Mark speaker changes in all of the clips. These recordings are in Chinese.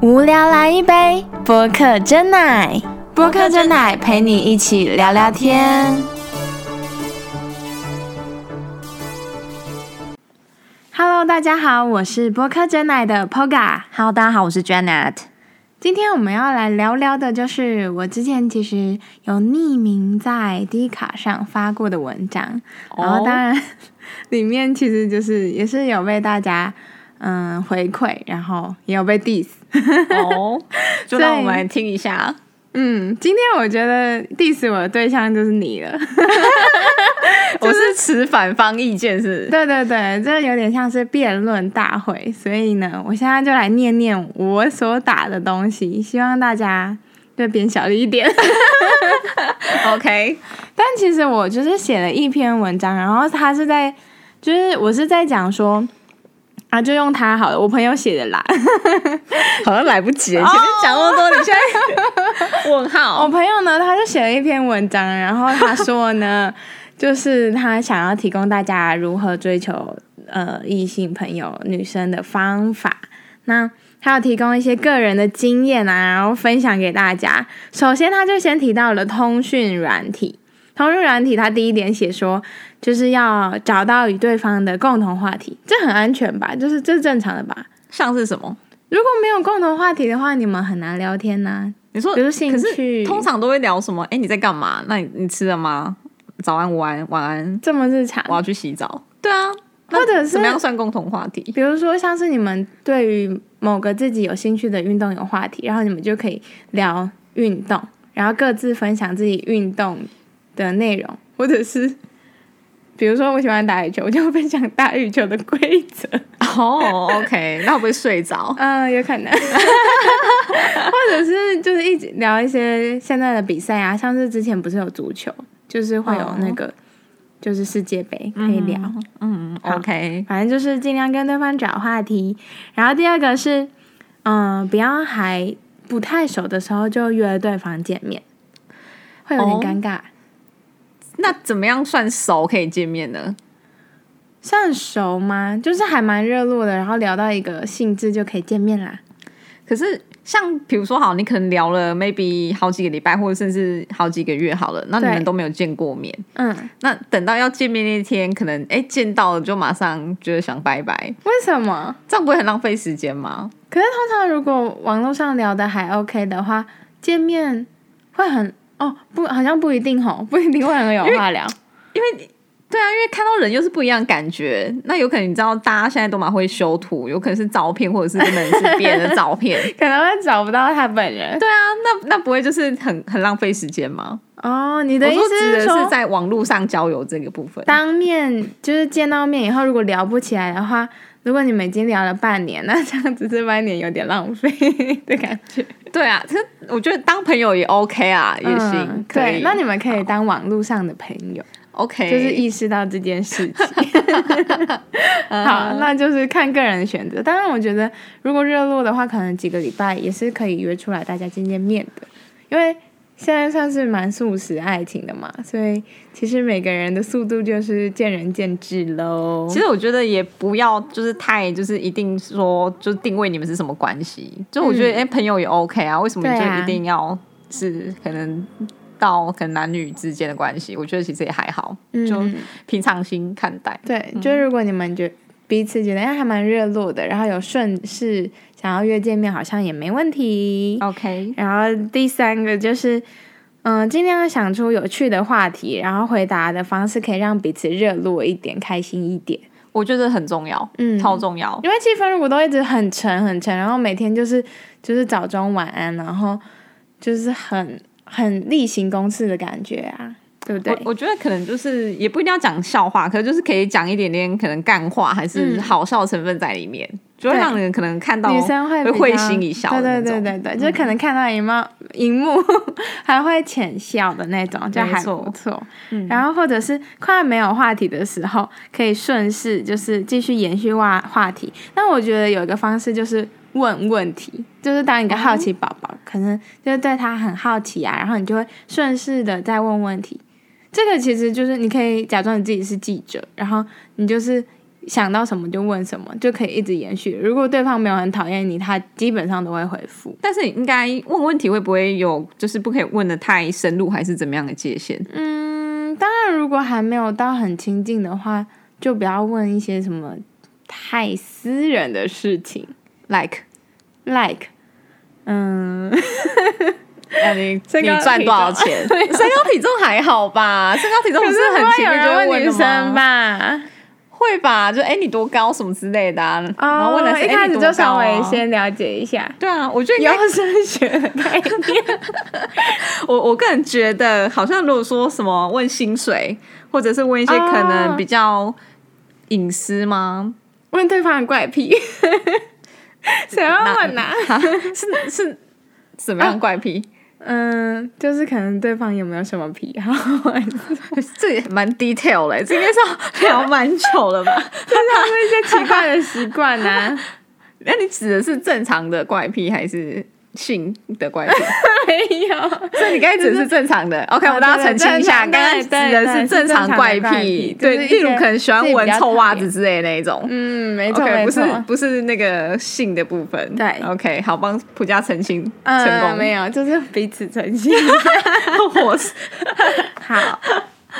Speaker 1: 无聊来一杯播客真奶，播客真奶陪你一起聊聊天。Hello，大家好，我是播客真奶的 Poga。
Speaker 2: Hello，大家好，我是 Janet。
Speaker 1: 今天我们要来聊聊的就是我之前其实有匿名在 D 卡上发过的文章
Speaker 2: 哦
Speaker 1: 然后当然 里面其实就是也是有被大家嗯回馈，然后也有被 diss。
Speaker 2: 哦， 就让我们来听一下。
Speaker 1: 嗯，今天我觉得 diss 我的对象就是你了。
Speaker 2: 我是持反方意见 是
Speaker 1: 对对对，这有点像是辩论大会，所以呢，我现在就来念念我所打的东西，希望大家对变小了一点。
Speaker 2: OK，
Speaker 1: 但其实我就是写了一篇文章，然后他是在，就是我是在讲说。啊，就用它好了，我朋友写的啦。
Speaker 2: 好像来不及了，前面讲那么多，你现在哦 问号
Speaker 1: 我朋友呢，他就写了一篇文章，然后他说 呢，就是他想要提供大家如何追求呃异性朋友女生的方法。那他有提供一些个人的经验啊，然后分享给大家。首先，他就先提到了通讯软体。通讯软体，他第一点写说，就是要找到与对方的共同话题，这很安全吧？就是这是正常的吧？
Speaker 2: 像是什么？
Speaker 1: 如果没有共同话题的话，你们很难聊天呐、
Speaker 2: 你说
Speaker 1: 比如兴
Speaker 2: 可是
Speaker 1: 趣，
Speaker 2: 通常都会聊什么？哎、你在干嘛？那你你吃了吗？早安、午安、晚安。
Speaker 1: 这么日常。
Speaker 2: 我要去洗澡。对啊，那
Speaker 1: 或者是
Speaker 2: 怎么样算共同话题？
Speaker 1: 比如说，像是你们对于某个自己有兴趣的运动有话题，然后你们就可以聊运动，然后各自分享自己运动的内容，或者是 比如说我喜欢打羽球，我就会分享打羽球的规则，
Speaker 2: 哦、o k 那会不会睡着？
Speaker 1: 嗯，有可 能，或者是就是一直聊一些现在的比赛啊，像是之前不是有足球，就是会有那个、就是世界杯可以聊，
Speaker 2: 嗯
Speaker 1: 好
Speaker 2: ，OK，
Speaker 1: 反正就是尽量跟对方找话题。然后第二个是，嗯、不要还不太熟的时候就约对方见面，会有点
Speaker 2: 哦
Speaker 1: 尴尬。
Speaker 2: 那怎么样算熟可以见面呢？
Speaker 1: 算熟吗？就是还蛮热络的，然后聊到一个兴致就可以见面啦。
Speaker 2: 可是像比如说，好，你可能聊了 maybe 好几个礼拜，或者甚至好几个月好了，那你
Speaker 1: 对
Speaker 2: 们都没有见过面。
Speaker 1: 嗯，
Speaker 2: 那等到要见面那天，可能哎、诶见到了就马上觉得想拜拜，
Speaker 1: 为什么？
Speaker 2: 这样不会很浪费时间吗？
Speaker 1: 可是通常如果网络上聊的还 OK 的话，见面会很哦不，好像不一定吼，不一定会很有话聊。
Speaker 2: 对啊，因为看到人又是不一样的感觉。那有可能你知道，大家现在都蛮会修图，有可能是照片，或者是根本是别人的 照片。
Speaker 1: 可能会找不到他本人
Speaker 2: 对啊，那那不会就是很很浪费时间吗？
Speaker 1: 哦。你
Speaker 2: 我
Speaker 1: 的意
Speaker 2: 说
Speaker 1: 思
Speaker 2: 指的
Speaker 1: 是说
Speaker 2: 是在网络上交友这个部分。
Speaker 1: 当面就是见到面以后，如果聊不起来的话，如果你们已经聊了半年，那这样子这半年有点浪费 的感觉。
Speaker 2: 对啊，其实我觉得当朋友也 OK 啊，也行，
Speaker 1: 嗯
Speaker 2: 可以。
Speaker 1: 对，那你们可以当网络上的朋友，
Speaker 2: OK，
Speaker 1: 就是意识到这件事 情。好，那就是看个人的选择。当然，我觉得如果热络的话，可能几个礼拜也是可以约出来大家见见面的，因为。现在算是蛮素食爱情的嘛，所以其实每个人的速度就是见仁见智喽。
Speaker 2: 其实我觉得也不要就是太就是一定说就定位你们是什么关系，就我觉得哎、诶朋友也 OK 啊，为什么你
Speaker 1: 嗯对
Speaker 2: 就
Speaker 1: 啊
Speaker 2: 一定要是可能到可能男女之间的关系？我觉得其实也还好，就
Speaker 1: 嗯
Speaker 2: 平常心看待。
Speaker 1: 对，就是如果你们觉彼此觉得哎还蛮热络的，然后有顺势想要约见面，好像也没问
Speaker 2: 哦
Speaker 1: 题。
Speaker 2: OK，
Speaker 1: 然后第三个就是，嗯、尽量想出有趣的话题，然后回答的方式可以让彼此热络一点、开心一点。
Speaker 2: 我觉得很重要，
Speaker 1: 嗯
Speaker 2: 超重要。
Speaker 1: 因为气氛如果都一直很沉很沉，然后每天就是就是早中晚安，然后就是很很例行公事的感觉啊，对不对？
Speaker 2: 我我觉得可能就是也不一定要讲笑话，可能就是可以讲一点点可能干话，还是好笑成分在里面，就
Speaker 1: 嗯
Speaker 2: 会
Speaker 1: 对
Speaker 2: 让人可能看到
Speaker 1: 女生会
Speaker 2: 会
Speaker 1: 比
Speaker 2: 会
Speaker 1: 较
Speaker 2: 心一笑的
Speaker 1: 对
Speaker 2: 那
Speaker 1: 对
Speaker 2: 种。嗯
Speaker 1: 对对对，就可能看到荧幕荧幕 还会浅笑的那种，就
Speaker 2: 没
Speaker 1: 还
Speaker 2: 错嗯
Speaker 1: 不错。然后或者是快没有话题的时候，可以顺势就是继续延续话话题。那我觉得有一个方式就是问问题，就是当一个好奇宝宝，可能就是对他很好奇啊，然后你就会顺势的再问问题。这个其实就是你可以假装你自己是记者，然后你就是想到什么就问什么，就可以一直延续。如果对方没有很讨厌你，他基本上都会回复。
Speaker 2: 但是你应该问问题会不会有，就是不可以问的太深入，还是怎么样的界限？
Speaker 1: 嗯，当然，如果还没有到很亲近的话，就不要问一些什么太私人的事情
Speaker 2: like
Speaker 1: ，like，嗯，
Speaker 2: 那 你
Speaker 1: 身高
Speaker 2: 你赚
Speaker 1: 体
Speaker 2: 多少
Speaker 1: 重
Speaker 2: 钱？ 身高体重还好吧？身高体重
Speaker 1: 可
Speaker 2: 不
Speaker 1: 是
Speaker 2: 很
Speaker 1: 会
Speaker 2: 前
Speaker 1: 有
Speaker 2: 面就
Speaker 1: 人
Speaker 2: 会
Speaker 1: 问女
Speaker 2: 的吗
Speaker 1: 生？吧？
Speaker 2: 会吧？就哎、你多高什么之类的、啊然后问了
Speaker 1: 哦
Speaker 2: 是、
Speaker 1: 一
Speaker 2: 哎
Speaker 1: 开
Speaker 2: 你
Speaker 1: 始
Speaker 2: 多
Speaker 1: 就稍
Speaker 2: 高
Speaker 1: 微
Speaker 2: 啊
Speaker 1: 先了解一 下，
Speaker 2: 对啊，我觉得应
Speaker 1: 有
Speaker 2: 该
Speaker 1: 升学的概念。
Speaker 2: 我我个人觉得，好像如果说什么问薪水，或者是问一些可
Speaker 1: 哦
Speaker 2: 能比较隐私吗？
Speaker 1: 问对方的怪 癖，谁要问啊呐、
Speaker 2: 哈是是怎
Speaker 1: 啊
Speaker 2: 么样怪癖？
Speaker 1: 嗯，就是可能对方有没有什么癖好，啊
Speaker 2: 这也蛮 detail 嘞、这应该是要聊蛮久了吧？
Speaker 1: 一些奇怪的习惯啊呐。
Speaker 2: 那你指的是正常的怪癖还是性的 怪癖？
Speaker 1: 没有，
Speaker 2: 所以你刚才指的是啊正常的。OK，我们大家澄清一下，
Speaker 1: 对
Speaker 2: 刚
Speaker 1: 对
Speaker 2: 刚指的是正常怪癖，
Speaker 1: 对对
Speaker 2: 对，
Speaker 1: 对是正
Speaker 2: 例
Speaker 1: 常的怪癖就是一些
Speaker 2: 如可能喜欢闻
Speaker 1: 自己比较
Speaker 2: 臭袜
Speaker 1: 讨厌
Speaker 2: 子之类的那一种。
Speaker 1: 嗯，没错
Speaker 2: OK，
Speaker 1: 没
Speaker 2: 不是
Speaker 1: 错，
Speaker 2: 不是那个性的部分。
Speaker 1: 对
Speaker 2: ，OK，好，帮普加澄清
Speaker 1: 嗯
Speaker 2: 成功，
Speaker 1: 没有，就是彼此澄清。
Speaker 2: 有 我 是
Speaker 1: 好，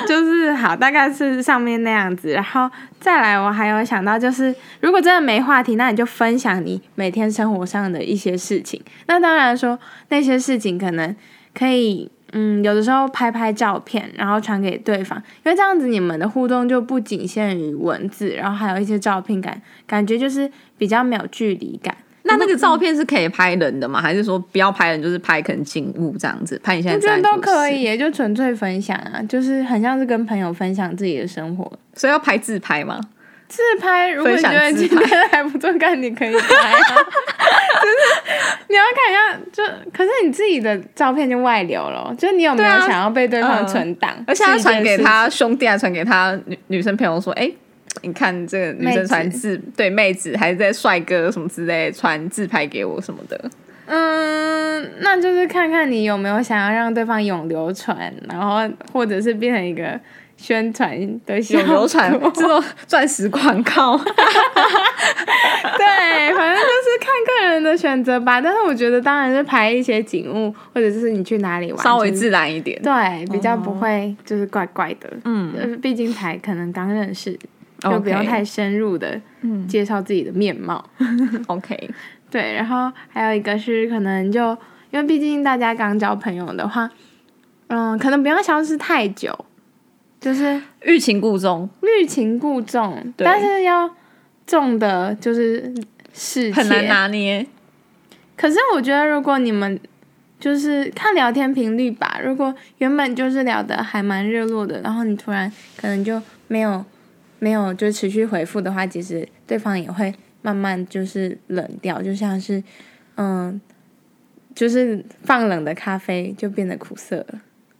Speaker 1: 就是好，大概是上面那样子，然后再来，我还有想到就是，如果真的没话题，那你就分享你每天生活上的一些事情。那当然说那些事情可能可以，嗯，有的时候拍拍照片，然后传给对方，因为这样子你们的互动就不仅限于文字，然后还有一些照片感，感觉就是比较没有距离感。
Speaker 2: 那那个照片是可以拍人的吗？还是说不要拍人，就是拍可能景物这样子，拍你现
Speaker 1: 我
Speaker 2: 在
Speaker 1: 觉得
Speaker 2: 站的
Speaker 1: 都可
Speaker 2: 姿势，
Speaker 1: 以耶，就纯粹分享啊，就是很像是跟朋友分享自己的生活
Speaker 2: 所以要拍自拍吗？
Speaker 1: 自拍，如果你
Speaker 2: 分
Speaker 1: 觉
Speaker 2: 享
Speaker 1: 得今
Speaker 2: 自拍
Speaker 1: 天还不错看，你可以拍、啊。 就是你要看一下，就可是你自己的照片就外流了，就是你有没
Speaker 2: 对
Speaker 1: 有
Speaker 2: 啊
Speaker 1: 想要被对方
Speaker 2: 嗯
Speaker 1: 存档？
Speaker 2: 而且他
Speaker 1: 是一件
Speaker 2: 传给
Speaker 1: 事
Speaker 2: 他兄弟，还啊传给他女女生朋友说，哎、你看这个女
Speaker 1: 妹
Speaker 2: 生
Speaker 1: 子
Speaker 2: 传自对妹子，还是在帅哥什么之类传自拍给我什么 的，
Speaker 1: 嗯，那就是看看你有没有想要让对方永流传，然后或者是变成一个宣传的效
Speaker 2: 有 流传
Speaker 1: 果
Speaker 2: 这种钻石 广告。
Speaker 1: 对，反正就是看个人的选择吧。但是我觉得，当然是拍一些景物，或者是你去哪里玩，
Speaker 2: 稍微
Speaker 1: 就是
Speaker 2: 自哦然一点。
Speaker 1: 对，比较不会就是怪怪的，嗯，就是毕竟才可能刚认识，就不要
Speaker 2: OK 嗯
Speaker 1: 太深入的介绍自己的面貌。
Speaker 2: OK，
Speaker 1: 对，然后还有一个是可能就因为毕竟大家刚交朋友的话，嗯，可能不要消失太久，就是
Speaker 2: 欲擒故纵
Speaker 1: 欲擒故纵，
Speaker 2: 对
Speaker 1: 但是要重的就是事
Speaker 2: 很难
Speaker 1: 切
Speaker 2: 拿捏。
Speaker 1: 可是我觉得，如果你们就是看聊天频率吧，如果原本就是聊的还蛮热络的，然后你突然可能就没有没有就持续回复的话，其实对方也会慢慢就是冷掉，就像是嗯，就是放冷的咖啡就变得苦涩了。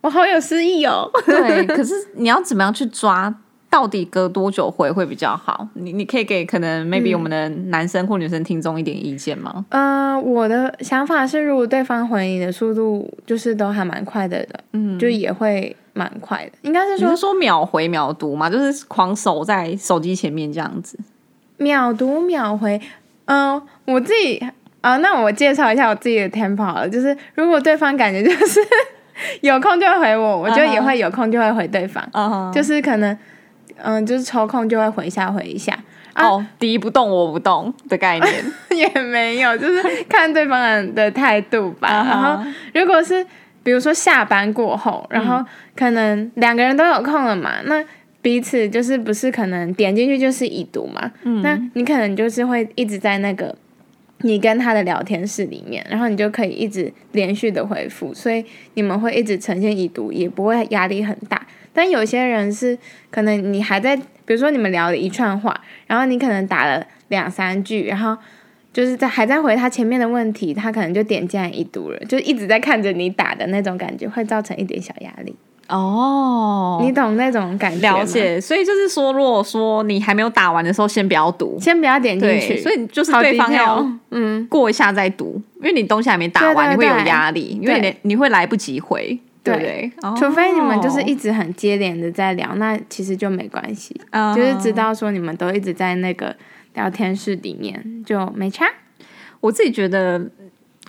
Speaker 1: 我好有诗意哦！
Speaker 2: 对，可是你要怎么样去抓？到底隔多久回会比较好？你你可以给可能 maybe 我们的男生或女生听众一点意见吗？
Speaker 1: 嗯、我的想法是，如果对方回你的速度就是都还蛮快的的，嗯，就也会蛮快的。应该是
Speaker 2: 你
Speaker 1: 说
Speaker 2: 是说秒回秒读吗？就是狂守在手机前面这样子？
Speaker 1: 秒读秒回，嗯、我自己啊、那我介绍一下我自己的 tempo 好了，就是如果对方感觉就是 有空就会回我，我就也会有空就会回对方
Speaker 2: 啊、
Speaker 1: 就是可能嗯、就是抽空就会回一下回一下，
Speaker 2: 哦，敌不动我不动的概念。
Speaker 1: 也没 有，就是看对方的态度吧。
Speaker 2: 啊哈
Speaker 1: 然后如果是比如说下班过后，然
Speaker 2: 嗯
Speaker 1: 后可能两个人都有空了嘛，那彼此就是不是可能点进去就是已读嘛？
Speaker 2: 嗯
Speaker 1: 那你可能就是会一直在那个。你跟他的聊天室里面，然后你就可以一直连续的回复，所以你们会一直呈现已读，也不会压力很大。但有些人是可能你还在，比如说你们聊了一串话，然后你可能打了两三句，然后就是在还在回他前面的问题，他可能就点进来已读了，就一直在看着你打的那种感觉，会造成一点小压力。
Speaker 2: 哦
Speaker 1: 你懂那种感觉吗
Speaker 2: 了，解。所以就是说，如果说你还没有打完的时候，先不要读。
Speaker 1: 先不要点进去。
Speaker 2: 对，所以就是
Speaker 1: 好
Speaker 2: 对方
Speaker 1: detail
Speaker 2: 要
Speaker 1: 哦嗯，
Speaker 2: 过一下再读，因为你东西还没打
Speaker 1: 对对对
Speaker 2: 完，你会有压力，因
Speaker 1: 对
Speaker 2: 为你你会来不及回。对不
Speaker 1: 对
Speaker 2: 对？哦
Speaker 1: 除非你们就是一直很接连的在聊，那其实就没关系，就是知。
Speaker 2: 嗯
Speaker 1: 道说你们都一直在那个聊天室里面就没差。
Speaker 2: 我自己觉得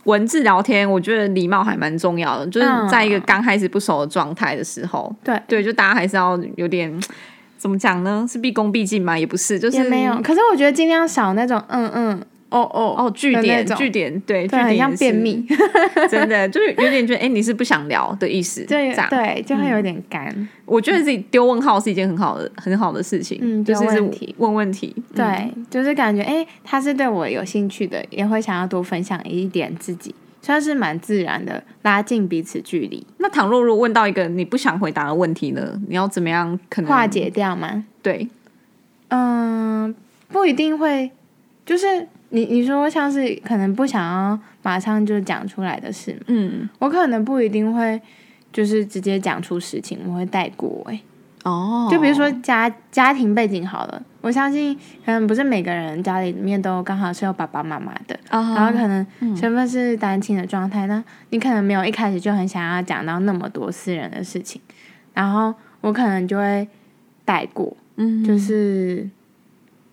Speaker 2: 文字聊天，我觉得礼貌还蛮重要的，就是
Speaker 1: 嗯
Speaker 2: 在一个刚开始不熟的状态的时候，
Speaker 1: 对
Speaker 2: 对，就大家还是要有点怎么讲呢？是毕恭毕敬吗？也不是，就是
Speaker 1: 也没有，可是我觉得尽量少那种嗯嗯哦哦，
Speaker 2: 哦，据
Speaker 1: 的
Speaker 2: 点
Speaker 1: 那种
Speaker 2: 据点，对，据
Speaker 1: 对，很
Speaker 2: 点
Speaker 1: 像
Speaker 2: 也是
Speaker 1: 便，秘，
Speaker 2: 真的就是有点觉得，哎、你是不想聊的意思，
Speaker 1: 对
Speaker 2: 这样。
Speaker 1: 对，就会
Speaker 2: 嗯
Speaker 1: 有点干。
Speaker 2: 我觉得自己丢问号是一件很好的、很好的事情，
Speaker 1: 嗯
Speaker 2: 就是
Speaker 1: 丢
Speaker 2: 是
Speaker 1: 问题
Speaker 2: 问问题，嗯
Speaker 1: 对，就是感觉哎、诶他是对我有兴趣的，也会想要多分享一点自己，算是蛮自然的拉近彼此距离，
Speaker 2: 那倘若如果问到一个你不想回答的问题呢，你要怎么样可能
Speaker 1: 化？解掉吗？
Speaker 2: 对，
Speaker 1: 嗯，不一定会，就是你你说像是可能不想要马上就讲出来的事嘛，
Speaker 2: 嗯，
Speaker 1: 我可能不一定会就是直接讲出实情，我会带过哎、诶
Speaker 2: 哦，
Speaker 1: 就比如说家家庭背景好了，我相信可能不是每个人家里面都刚好是有爸爸妈妈的，
Speaker 2: 啊哈，
Speaker 1: 然后可能身份是单亲的状态，那你可能没有一开始就很想要讲到那么多私人的事情，然后我可能就会带过，
Speaker 2: 嗯，
Speaker 1: 就是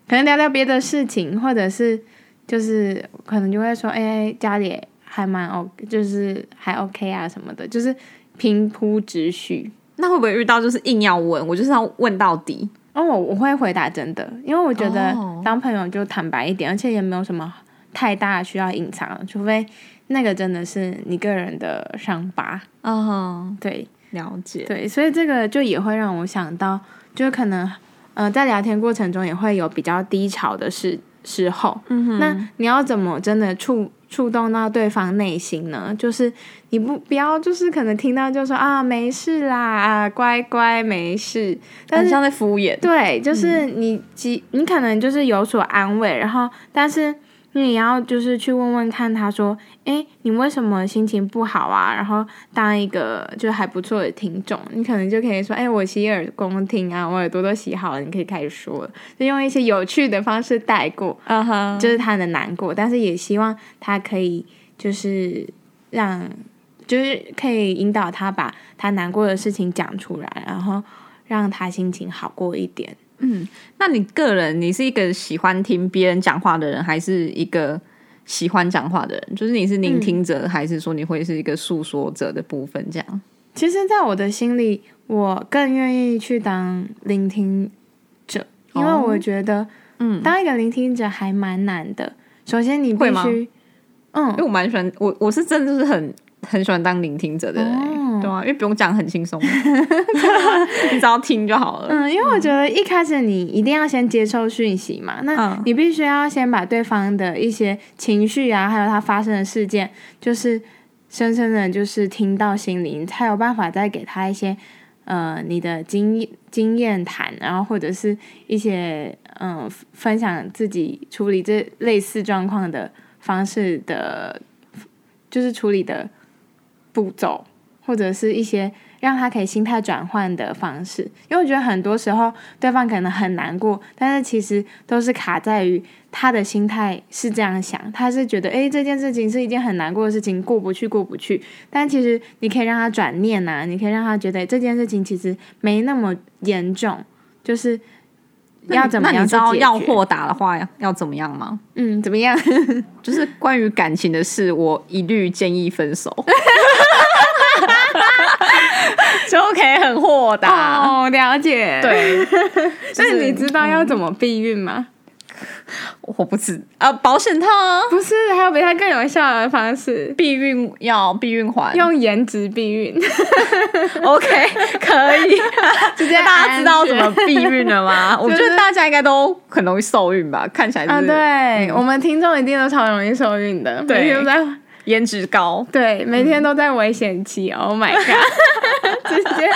Speaker 1: 可能聊聊别的事情，或者是就是可能就会说，哎、家里还蛮 O，就是还 OK 啊什么的，就是平铺直叙。
Speaker 2: 那会不会遇到就是硬要问，我就是要问到底？
Speaker 1: 哦，我我会回答真的，因为我觉得
Speaker 2: 哦
Speaker 1: 当朋友就坦白一点，而且也没有什么太大需要隐藏，除非那个真的是你个人的伤疤。
Speaker 2: 嗯哼，
Speaker 1: 对
Speaker 2: 了解。
Speaker 1: 对，所以这个就也会让我想到，就是可能呃在聊天过程中也会有比较低潮的时时候，
Speaker 2: 嗯哼，
Speaker 1: 那你要怎么真的触触动到对方内心呢？就是你不不要就是可能听到就说啊没事啦，啊乖乖没事，但
Speaker 2: 很
Speaker 1: 是
Speaker 2: 像在敷衍。
Speaker 1: 对，就是你即你可能就是有所安慰，然后但是你也要就是去问问看他说，诶，你为什么心情不好啊？然后当一个就还不错的听众，你可能就可以说，诶，我洗耳恭听啊，我耳朵都洗好了，你可以开始说了，就用一些有趣的方式带过，
Speaker 2: 嗯哼，
Speaker 1: 就是他的难过，但是也希望他可以就是让，就是可以引导他把他难过的事情讲出来，然后让他心情好过一点。
Speaker 2: 那你个人，你是一个喜欢听别人讲话的人，还是一个喜欢讲话的人？就是你是聆听者，还是说你会是一个诉说者的部分？这
Speaker 1: 嗯
Speaker 2: 样
Speaker 1: 其实，在我的心里，我更愿意去当聆听者，因为
Speaker 2: 哦
Speaker 1: 我觉得，
Speaker 2: 嗯，
Speaker 1: 当一个聆听者还蛮难的。首先，你必
Speaker 2: 会吗
Speaker 1: 须，嗯
Speaker 2: 因为，我蛮喜欢，我我是真的就是很很喜欢当聆听者的人、
Speaker 1: 哦
Speaker 2: 对啊，因为不用讲，很轻 松， 你只要听就好了。
Speaker 1: 嗯，因为我觉得一开始你一定要先接受讯息嘛，那
Speaker 2: 嗯
Speaker 1: 你必须要先把对方的一些情绪啊，还有他发生的事件，就是深深的就是听到心里，你才有办法再给他一些呃你的经经验谈，然后或者是一些嗯、呃分享自己处理这类似状况的方式的，就是处理的步骤，或者是一些让他可以心态转换的方式。因为我觉得很多时候对方可能很难过，但是其实都是卡在于他的心态是这样想，他是觉得诶这件事情是一件很难过的事情，过不去过不去。但其实你可以让他转念呐、你可以让他觉得这件事情其实没那么严重，就是。
Speaker 2: 那你
Speaker 1: 要怎么
Speaker 2: 那
Speaker 1: 样
Speaker 2: 你
Speaker 1: 去
Speaker 2: 知道
Speaker 1: 解
Speaker 2: 要
Speaker 1: 决
Speaker 2: 豁达的话要要怎么样吗？
Speaker 1: 嗯，怎么 样？
Speaker 2: 就是关于感情的事，我一律建议分手， 就可以很豁达。
Speaker 1: 哦，了解。，
Speaker 2: 对，
Speaker 1: 那你知道要怎么避孕吗？
Speaker 2: 我不知啊，保险套啊，
Speaker 1: 不是，还有比它更有效的方式，
Speaker 2: 避孕药、避孕环
Speaker 1: 用颜值避 孕，
Speaker 2: ，OK，可 以。
Speaker 1: 直接
Speaker 2: 那大家知道 怎么
Speaker 1: 安全
Speaker 2: 避孕了 吗？我觉
Speaker 1: 就是
Speaker 2: 得大家应该都很容易受孕吧，看起来
Speaker 1: 啊？
Speaker 2: 就是
Speaker 1: 对，我们听众一定都超容易受孕的，
Speaker 2: 嗯对
Speaker 1: 每天都在
Speaker 2: 颜值高。
Speaker 1: 对，每天都在危险期。Oh
Speaker 2: 嗯
Speaker 1: my god！直 接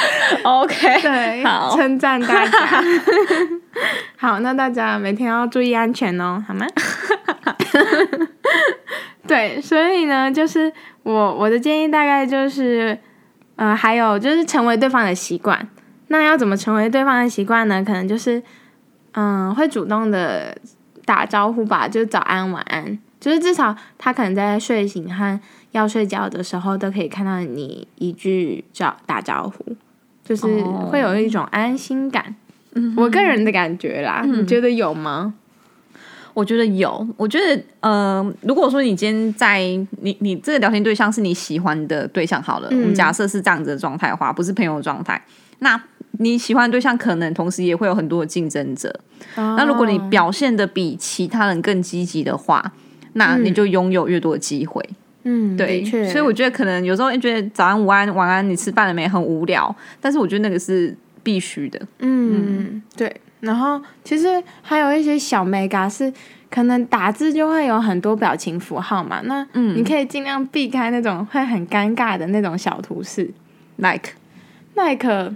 Speaker 2: OK，
Speaker 1: 对
Speaker 2: 好，
Speaker 1: 称赞大家。 好，那大家每天要注意安全哦， 好吗？对，所以呢，就是我我的建议大概就是，呃，还有就是成为对方的习惯。那要怎么成为对方的习惯呢？可能就是，嗯、会主动的打招呼吧，就是早安、晚安，就是至少他可能在睡醒和要睡觉的时候都可以看到你一句招打招呼，就是
Speaker 2: 哦
Speaker 1: 会有一种安心感。我个人的感觉啦，你觉得有吗？
Speaker 2: 我觉得有，我觉得，呃，如果说你今天在你你这个聊天对象是你喜欢的对象好了，
Speaker 1: 嗯
Speaker 2: 我们假设是这样子的状态的话，不是朋友的状态，那你喜欢的对象可能同时也会有很多的竞争者。
Speaker 1: 哦
Speaker 2: 那如果你表现的比其他人更积极的话，那你就拥有越多的机会。
Speaker 1: 嗯，
Speaker 2: 对，
Speaker 1: 的确，
Speaker 2: 所以我觉得可能有时候会觉得早安、午安、晚安，你吃饭了没？很无聊，但是我觉得那个是必须的。
Speaker 1: 嗯，对。然后其实还有一些小 mega 是，可能打字就会有很多表情符号嘛，那
Speaker 2: 嗯
Speaker 1: 你可以尽量避开那种会很尴尬的那种小图示。
Speaker 2: Like
Speaker 1: 耐克，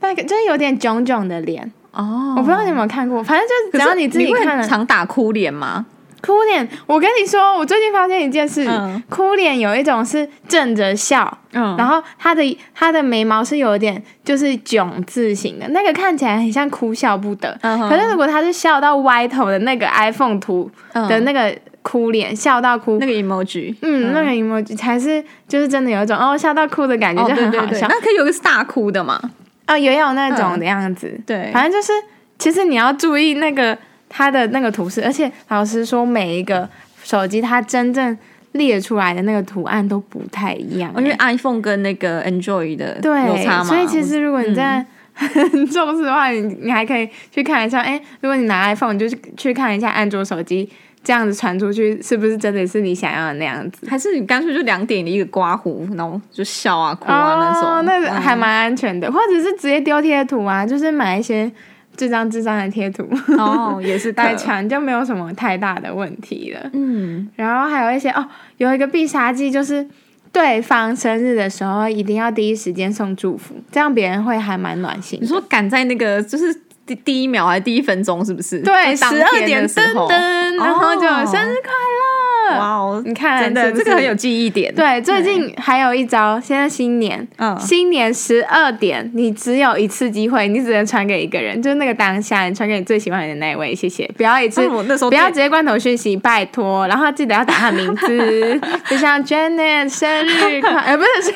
Speaker 1: 耐克就是有点炯炯的脸，
Speaker 2: 哦，
Speaker 1: 我不知道你有没有看过，反正就
Speaker 2: 可
Speaker 1: 只
Speaker 2: 是
Speaker 1: 要你自己
Speaker 2: 会
Speaker 1: 看了
Speaker 2: 常打哭脸吗？
Speaker 1: 哭脸。我跟你说，我最近发现一件事，
Speaker 2: 嗯
Speaker 1: 哭脸有一种是正着笑，
Speaker 2: 嗯
Speaker 1: 然后他的他的眉毛是有点就是囧字形的，那个看起来很像哭笑不得。
Speaker 2: 嗯哼
Speaker 1: 可是如果他是笑到歪头的那个 iPhone 图
Speaker 2: 嗯
Speaker 1: 的那个哭脸，笑到哭
Speaker 2: 那。个 emoji，
Speaker 1: 嗯，那个 emoji 才是就是真的有一种哦笑到哭的感觉，
Speaker 2: 哦，
Speaker 1: 就
Speaker 2: 对
Speaker 1: 很
Speaker 2: 对
Speaker 1: 好
Speaker 2: 对，
Speaker 1: 笑。
Speaker 2: 那可以有一个是大哭的嘛？
Speaker 1: 哦，也有那种的样子。
Speaker 2: 对
Speaker 1: 反正就是，其实你要注意那个它的那个图示，而且老实说，每一个手机它真正列出来的那个图案都不太一样、
Speaker 2: 哦因为
Speaker 1: 欸
Speaker 2: iPhone 跟那个 Android 的有差嗯
Speaker 1: 对，
Speaker 2: 嘛，
Speaker 1: 所以其实如果你真的很 重视的话，你你还可以去看一下。哎、如果你拿 iPhone，你就去去看一下安卓手机这样子传出去，是不是真的是你想要的那样子？
Speaker 2: 还是你干脆就两点一个刮胡，然后就笑啊、哭啊、那
Speaker 1: 哦，
Speaker 2: 种，
Speaker 1: 那个还蛮安全的，或者是直接丢贴图啊，就是买一些智障智障的贴 图。
Speaker 2: 嗯哦也是
Speaker 1: 代
Speaker 2: 可
Speaker 1: 传就没有什么太大的问题了。
Speaker 2: 嗯
Speaker 1: 然后还有一些哦，有一个必杀技就是对方生日的时候一定要第一时间送祝福，这样别人会还蛮暖心的
Speaker 2: 你。说赶在那个就是第第一秒还是第一分钟，是不是？
Speaker 1: 对，
Speaker 2: 就当
Speaker 1: 十二
Speaker 2: 天
Speaker 1: 点
Speaker 2: 的时
Speaker 1: 噔
Speaker 2: 候
Speaker 1: 噔，然后就
Speaker 2: 哦
Speaker 1: 生日快乐。
Speaker 2: 哇哦，
Speaker 1: 你看
Speaker 2: 真的
Speaker 1: 是不是
Speaker 2: 这个很有记忆点。
Speaker 1: 对，最近还有一招，现在新年，
Speaker 2: 嗯
Speaker 1: 新年十二点，你只有一次机会，你只能传给一个人，就是那个当下，你传给你最喜欢的那一位，谢谢，不要一次，
Speaker 2: 但嗯我那时候
Speaker 1: 不要直
Speaker 2: 对
Speaker 1: 接罐头讯息，拜托，然后记得要打他名字，就像 Janet 生日快，呃，不是，是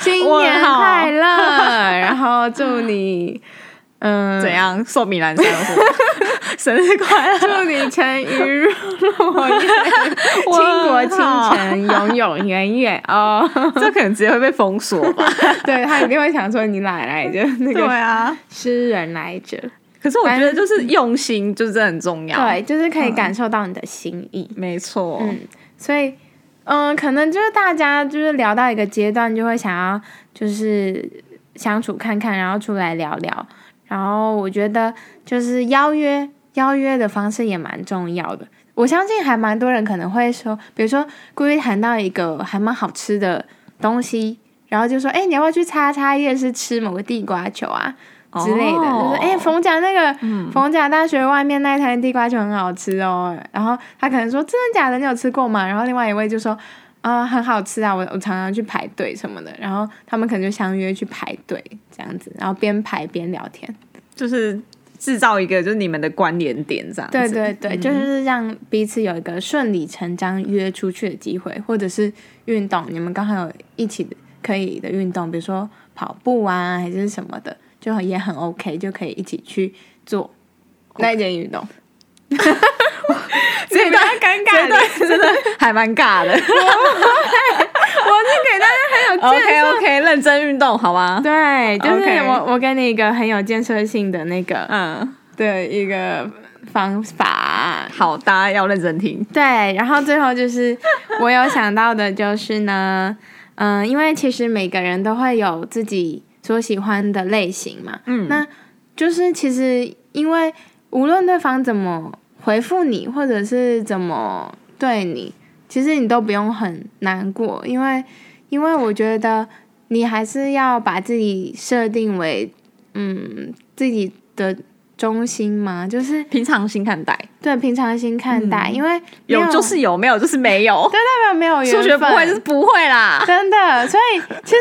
Speaker 1: 新年
Speaker 2: 问号
Speaker 1: 快 乐，然后祝你，嗯，
Speaker 2: 怎样寿米兰生活， 生日快 乐，
Speaker 1: 祝你沉鱼 落雁， 倾国倾 城，永永远远哦。
Speaker 2: 这可能直接会被封锁吧？
Speaker 1: 对他一定会想说你哪来 的那个
Speaker 2: 啊，
Speaker 1: 诗人来着？
Speaker 2: 可是我觉得就是用心，就是这很重要。，
Speaker 1: 对，就是可以感受到你的心意。
Speaker 2: 没错。
Speaker 1: 嗯，所以，嗯，可能就是大家就是聊到一个阶段，就会想要就是相处看看，然后出来聊聊。然后我觉得就是邀约邀约的方式也蛮重要的。我相信还蛮多人可能会说，比如说故意谈到一个还蛮好吃的东西，然后就说：“哎、你要不要去叉叉夜市吃某个地瓜球啊？”之类的，就
Speaker 2: 哦
Speaker 1: 是哎，逢甲那个逢甲大学外面那一摊地瓜球很好吃哦。然后他可能说真的假的，你有吃过吗？然后另外一位就说啊、很好吃啊，我我常常去排队什么的。然后他们可能就相约去排队这样子，然后边排边聊天。
Speaker 2: 就是制造一个就是你们的关联点这样子。嗯
Speaker 1: 对对对，就是让彼此有一个顺理成章约出去的机会，或者是运动，你们刚好有一起的可以的运动，比如说跑步啊，还是什么的，就很也很 OK，就可以一起去做那一件运动。
Speaker 2: 这一段
Speaker 1: 尴
Speaker 2: 真的真的还蛮尬的。
Speaker 1: 我是给大家很有
Speaker 2: OK OK，认真运动好吗？
Speaker 1: 对，就是
Speaker 2: OK
Speaker 1: 我我给你一个很有建设性的那个
Speaker 2: 嗯，
Speaker 1: 的一个方法。
Speaker 2: 好，大家要认真听。
Speaker 1: 对，然后最后就是我有想到的就是呢，嗯，因为其实每个人都会有自己所喜欢的类型嘛，嗯，那就是其实因为无论对方怎么回复你，或者是怎么对你，其实你都不用很难过，因为因为我觉得你还是要把自己设定为嗯自己的中心嘛，就是
Speaker 2: 平常心看待，
Speaker 1: 对平常心看待，因为没
Speaker 2: 嗯有就是有，没有就是没有。
Speaker 1: 对，代表没有缘分
Speaker 2: 数学不会就是不会啦。
Speaker 1: 真的，所以其实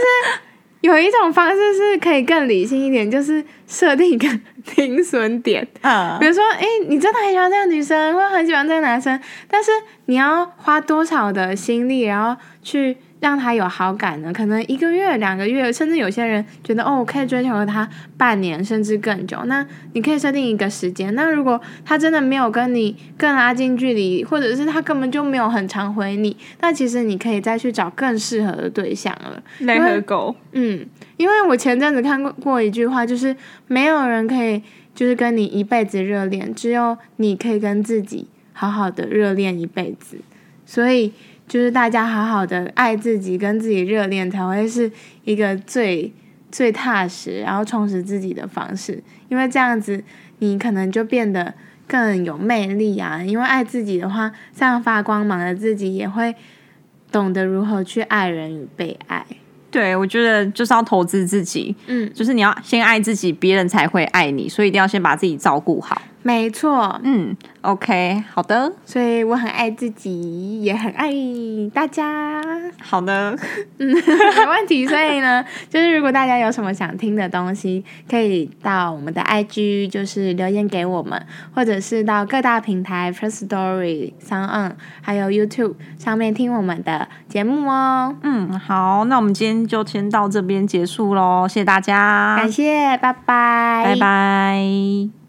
Speaker 1: 有一种方式是可以更理性一点，就是设定一个 停损点。
Speaker 2: 嗯
Speaker 1: 比，如说，哎、你真的很喜欢这个女生，或者很喜欢这个男生，但是你要花多少的心力，然后去让他有好感呢？可能一个月、两个月，甚至有些人觉得，哦，我可以追求他半年甚至更久。那你可以设定一个时间。那如果他真的没有跟你更拉近距离，或者是他根本就没有很常回你，那其实你可以再去找更适合的对象了。
Speaker 2: 雷和狗，
Speaker 1: 嗯，因为我前阵子看过过一句话，就是没有人可以就是跟你一辈子热恋，只有你可以跟自己好好的热恋一辈子。所以就是大家好好的爱自己，跟自己热恋，才会是一个最最踏实，然后充实自己的方式。因为这样子，你可能就变得更有魅力啊。因为爱自己的话，散发光芒的自己也会懂得如何去爱人与被爱。
Speaker 2: 对我觉得就是要投资自己，
Speaker 1: 嗯，
Speaker 2: 就是你要先爱自己，别人才会爱你，所以一定要先把自己照顾好。
Speaker 1: 没错，
Speaker 2: 嗯，OK，好的，
Speaker 1: 所以我很爱自己，也很爱大家，嗯
Speaker 2: 好的，
Speaker 1: 没问题。所以呢， 就是如果大家有什么想听的东西，可以到我们的 IG 就是留言给我们，或者是到各大平台 First Story、Sound On 还有 YouTube 上面听我们的节目哦。
Speaker 2: 嗯，好，那我们今天就先到这边结束喽，谢谢大家，
Speaker 1: 感谢，拜拜，
Speaker 2: 拜拜。